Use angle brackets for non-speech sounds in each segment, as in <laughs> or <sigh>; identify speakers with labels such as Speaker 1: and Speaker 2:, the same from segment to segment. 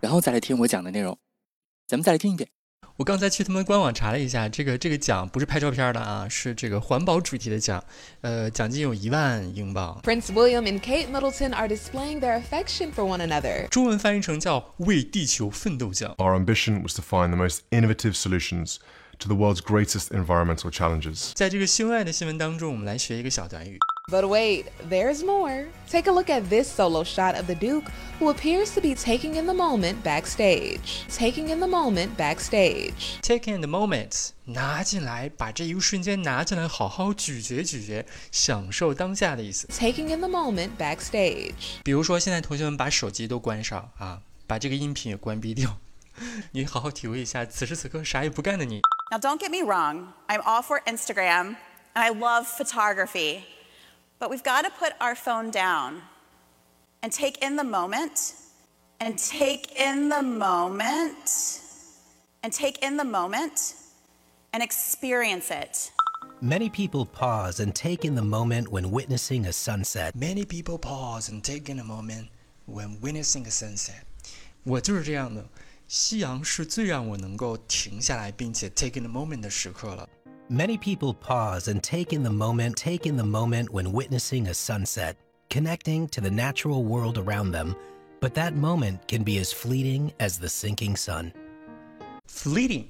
Speaker 1: 然后再来听我讲的内容。咱们再来听一遍。
Speaker 2: 我刚才去他们官网查了一下，这个这个奖不是拍照片的啊，是这个环保主题的奖，呃，奖金有一万英镑，
Speaker 3: Prince William and Kate Middleton are displaying their affection for one another.
Speaker 2: 中文翻译成叫“为地球奋斗奖
Speaker 4: Our ambition was to find the most innovative solutions to the world's greatest environmental challenges. ”。
Speaker 2: 在这个秀爱的新闻当中，我们来学一个小短语。
Speaker 3: But wait, there's more. Take a look at this solo shot of the Duke, who appears to be taking in the moment backstage. Taking in the moment backstage.
Speaker 2: Take in the moment，拿进来，把这一个瞬间拿进来，好好咀嚼咀嚼，享受当下的意思。
Speaker 3: Taking in the moment backstage.
Speaker 2: 比如说，现在同学们把手机都关上啊，把这个音频也关闭掉， <laughs> 你好好体会一下此时此刻啥也不干的你。
Speaker 5: Now, don't get me wrong, I'm all for Instagram and I love photography, but we've got to put our phone down and take in the moment, and take in the moment, and take in the moment, and experience it.
Speaker 6: Many people pause and take in the moment when witnessing a sunset.
Speaker 2: Many people pause and take in a moment when witnessing a sunset。我就是这样的，夕阳是最让我能够停下来并且 take in a moment 的时刻了。
Speaker 6: Many people pause and take in the moment, take in the moment when witnessing a sunset, connecting to the natural world around them. But that moment can be as fleeting as the sinking sun.
Speaker 2: Fleeting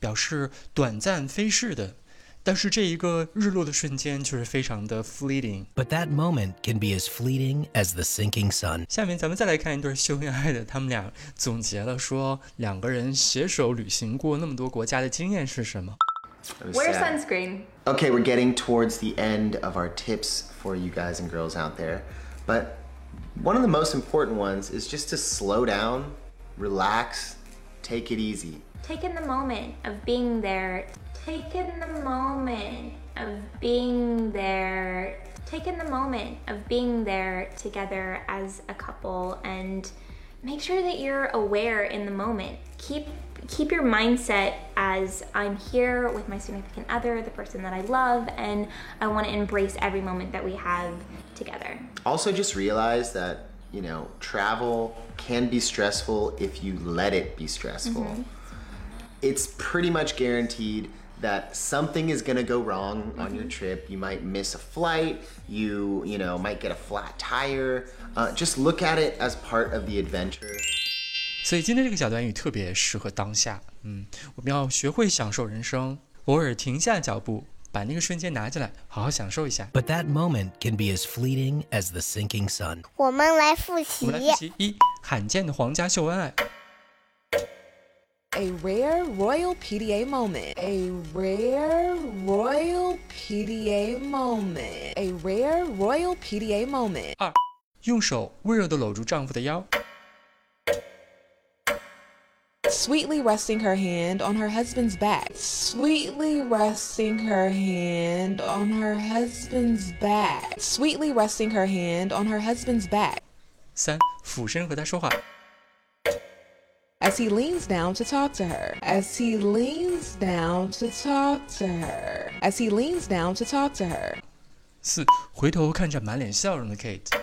Speaker 2: 表示短暂飞逝的，但是这一个日落的瞬间却是非常的 fleeting。
Speaker 6: But that moment can be as fleeting as the sinking sun.
Speaker 2: 下面咱们再来看一对秀恩爱的，他们俩总结了说两个人携手旅行过那么多国家的经验是什么？
Speaker 7: Wear sunscreen.
Speaker 8: Okay, we're getting towards the end of our tips for you guys and girls out there. But one of the most important ones is just to slow down, relax, take it easy.
Speaker 9: take in the moment of being there. Take in the moment of being there. Take in the moment of being there together as a couple and make sure that you're aware in the moment. Keep keep your mindset as I'm here with my significant other, the person that I love, and I want to embrace every moment that we have together.
Speaker 8: Also, just realize that, you know, travel can be stressful if you let it be stressful. It's pretty much guaranteed that something is going to go wrong on your trip. You might miss a flight, you, you know, might get a flat tire. Uh, just look at it as part of the adventure.
Speaker 2: 所以今天这个小短语特别适合当下。嗯，我们要学会享受人生，偶尔停下脚步，把那个瞬间拿起来，好好享受一下。
Speaker 6: But that moment can be as fleeting as the sinking sun.
Speaker 10: 我们来复习
Speaker 2: 我们来复习一罕见的皇家秀恩爱，
Speaker 3: A rare royal PDA moment. A rare royal PDA moment. A rare royal PDA moment.
Speaker 2: 二用手温柔地搂住丈夫的腰，
Speaker 3: Sweetly resting her hand on her husband's back. Sweetly resting her hand on her husband's back. Sweetly resting her hand on her husband's back
Speaker 2: 三俯身和他说话，
Speaker 3: as he leans down to talk to her. As he leans down to talk to her. As he leans down to talk to her.
Speaker 2: 四回头看着满脸笑容的 Kate，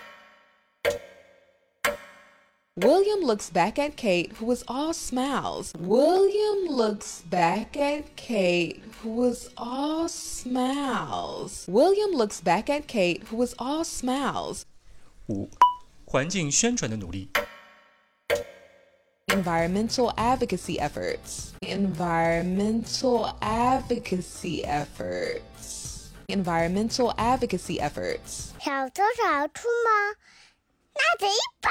Speaker 3: William looks back at Kate, who is all smiles. William looks back at Kate, who is all smiles. William looks back at Kate, who is all smiles.
Speaker 2: 五环境宣传的努力，
Speaker 3: Environmental advocacy efforts. Environmental advocacy efforts. Environmental advocacy efforts.
Speaker 10: 小偷小兔吗？那得一百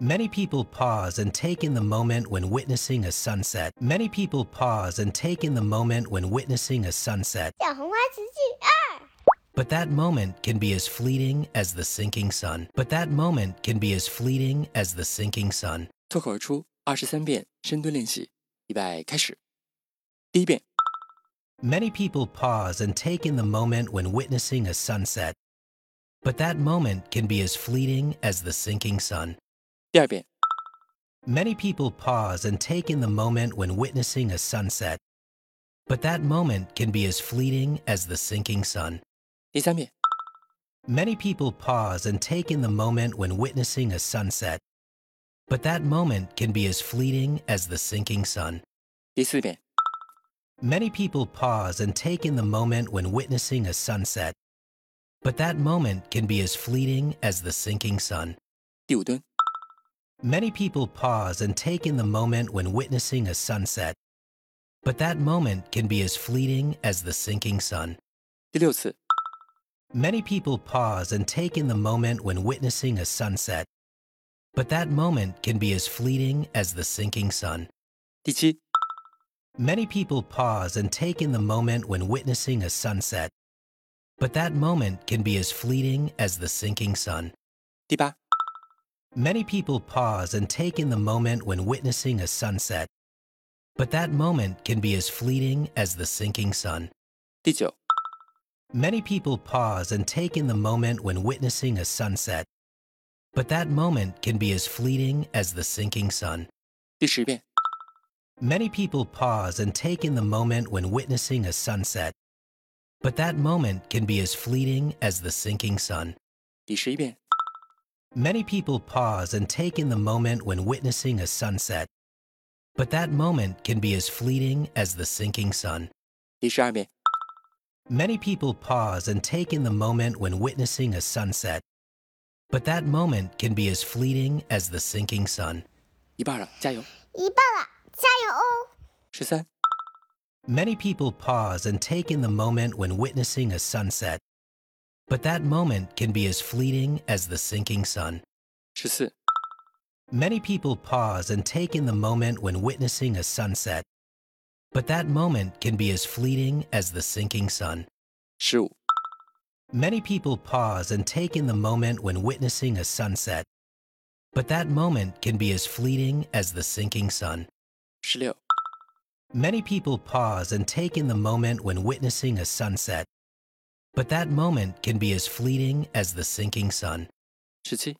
Speaker 6: Many people pause and take in the moment when witnessing a sunset. Many people pause and take in the moment when witnessing a sunset.
Speaker 10: 小红花词句二，
Speaker 6: But that moment can be as fleeting as the sinking sun. But that moment can be as fleeting as the sinking sun.
Speaker 1: 脱口而出二十三遍深蹲练习，预备开始。第一遍，
Speaker 6: Many people pause and take in the moment when witnessing a sunset. But that moment can be as fleeting as the sinking sun.
Speaker 1: 第二遍，
Speaker 6: Many people pause and take in the moment when witnessing a sunset. But that moment can be as fleeting as the sinking sun.
Speaker 1: 第三遍，
Speaker 6: Many people pause and take in the moment when witnessing a sunset. But that moment can be as fleeting as the sinking sun.
Speaker 1: 第四遍，
Speaker 6: Many people pause and take in the moment when witnessing a sunset. But that moment can be as fleeting as the sinking sun.
Speaker 1: 第五蹲，
Speaker 6: Many people pause and take in the moment when witnessing a sunset. But that moment can be as fleeting as the sinking sun.
Speaker 1: 第六次，
Speaker 6: Many people pause and take in the moment when witnessing a sunset. But that moment can be as fleeting as the sinking sun.
Speaker 1: 第七，
Speaker 6: Many people pause and take in the moment when witnessing a sunset. But that moment can be as fleeting as the sinking sun.
Speaker 1: 第八，
Speaker 6: Many people pause and take in the moment when witnessing a sunset. But that moment can be as fleeting as the sinking sun.
Speaker 1: 第九，
Speaker 6: Many people pause and take in the moment when witnessing a sunset. But that moment can be as fleeting as the sinking sun.
Speaker 1: 第十遍，
Speaker 6: Many people pause and take in the moment when witnessing a sunset. But that moment can be as fleeting as the sinking sun.
Speaker 1: 第十一遍，
Speaker 6: Many people pause and take in the moment when witnessing a sunset. But that moment can be as fleeting as the sinking sun.
Speaker 1: 第十二遍，
Speaker 6: Many people pause and take in the moment when witnessing a sunset. But that moment can be as fleeting as the sinking sun.
Speaker 1: 一半了，加油！
Speaker 10: 一半了，加油哦！
Speaker 1: 十三、
Speaker 6: Many people pause and take in the moment when witnessing a sunset. But that moment can be as fleeting as the sinking sun.
Speaker 1: 十四、
Speaker 6: Many people pause and take in the moment when witnessing a sunset. But that moment can be as fleeting as the sinking sun.
Speaker 1: 十五、
Speaker 6: Many people pause and take in the moment when witnessing a sunset. But that moment can be as fleeting as the sinking sun.
Speaker 1: 十六、
Speaker 6: Many people pause and take in the moment when witnessing a sunset. But that moment can be as fleeting as the sinking sun.
Speaker 1: 十七、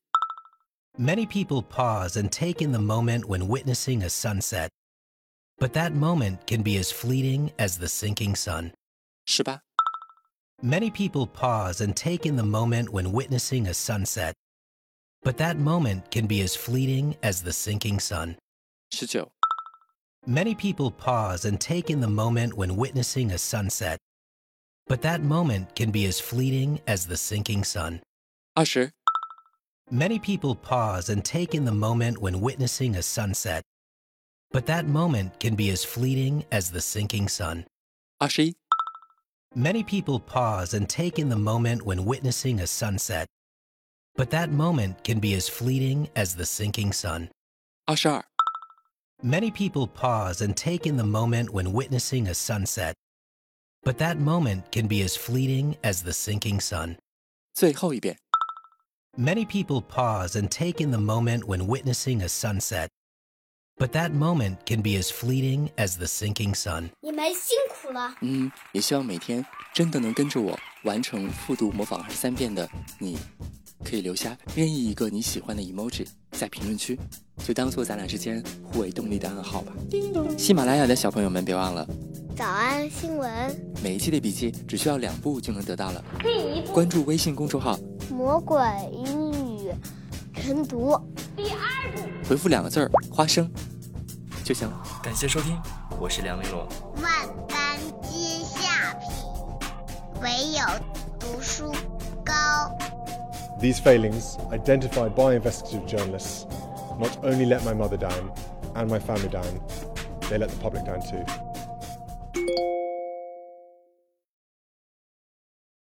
Speaker 6: Many people pause and take in the moment when witnessing a sunset. But that moment can be as fleeting as the sinking sun.
Speaker 1: 十八、
Speaker 6: Many people pause and take in the moment when witnessing a sunset. But that moment can be as fleeting as the sinking sun.
Speaker 1: 十九、
Speaker 6: Many people pause and take in the moment when witnessing a sunset. But that moment can be as fleeting as the sinking sun.
Speaker 1: 二十、
Speaker 6: Many people pause and take in the moment when witnessing a sunset. But that moment can be as fleeting as the sinking sun.
Speaker 1: 二十一、
Speaker 6: Many people pause and take in the moment when witnessing a sunset. But that moment can be as fleeting as the sinking sun.
Speaker 1: 二十二、
Speaker 6: Many people pause and take in the moment when witnessing a sunset. But that moment can be as fleeting as the sinking sun.
Speaker 1: 最后一遍。
Speaker 6: Many people pause and take in the moment when witnessing a sunset. But that moment can be as fleeting as the sinking sun.
Speaker 10: 你们辛苦了，
Speaker 1: 嗯，也希望每天真的能跟着我完成复读模仿二十三遍的你，可以留下任意一个你喜欢的 emoji 在评论区，就当做咱俩之间互为动力的暗号吧。喜马拉雅的小朋友们，别忘了
Speaker 11: 早安新闻，
Speaker 1: 每一期的笔记只需要两步就能得到了。关注微信公众号，
Speaker 11: 魔鬼英语晨读。
Speaker 1: 回复两个字儿“花生”就行了。感谢收听，我是梁丽罗。
Speaker 10: 万般皆下品，唯有读书高。
Speaker 4: These failings, identified by investigative journalists, not only let my mother down and my family down, they let the public down too.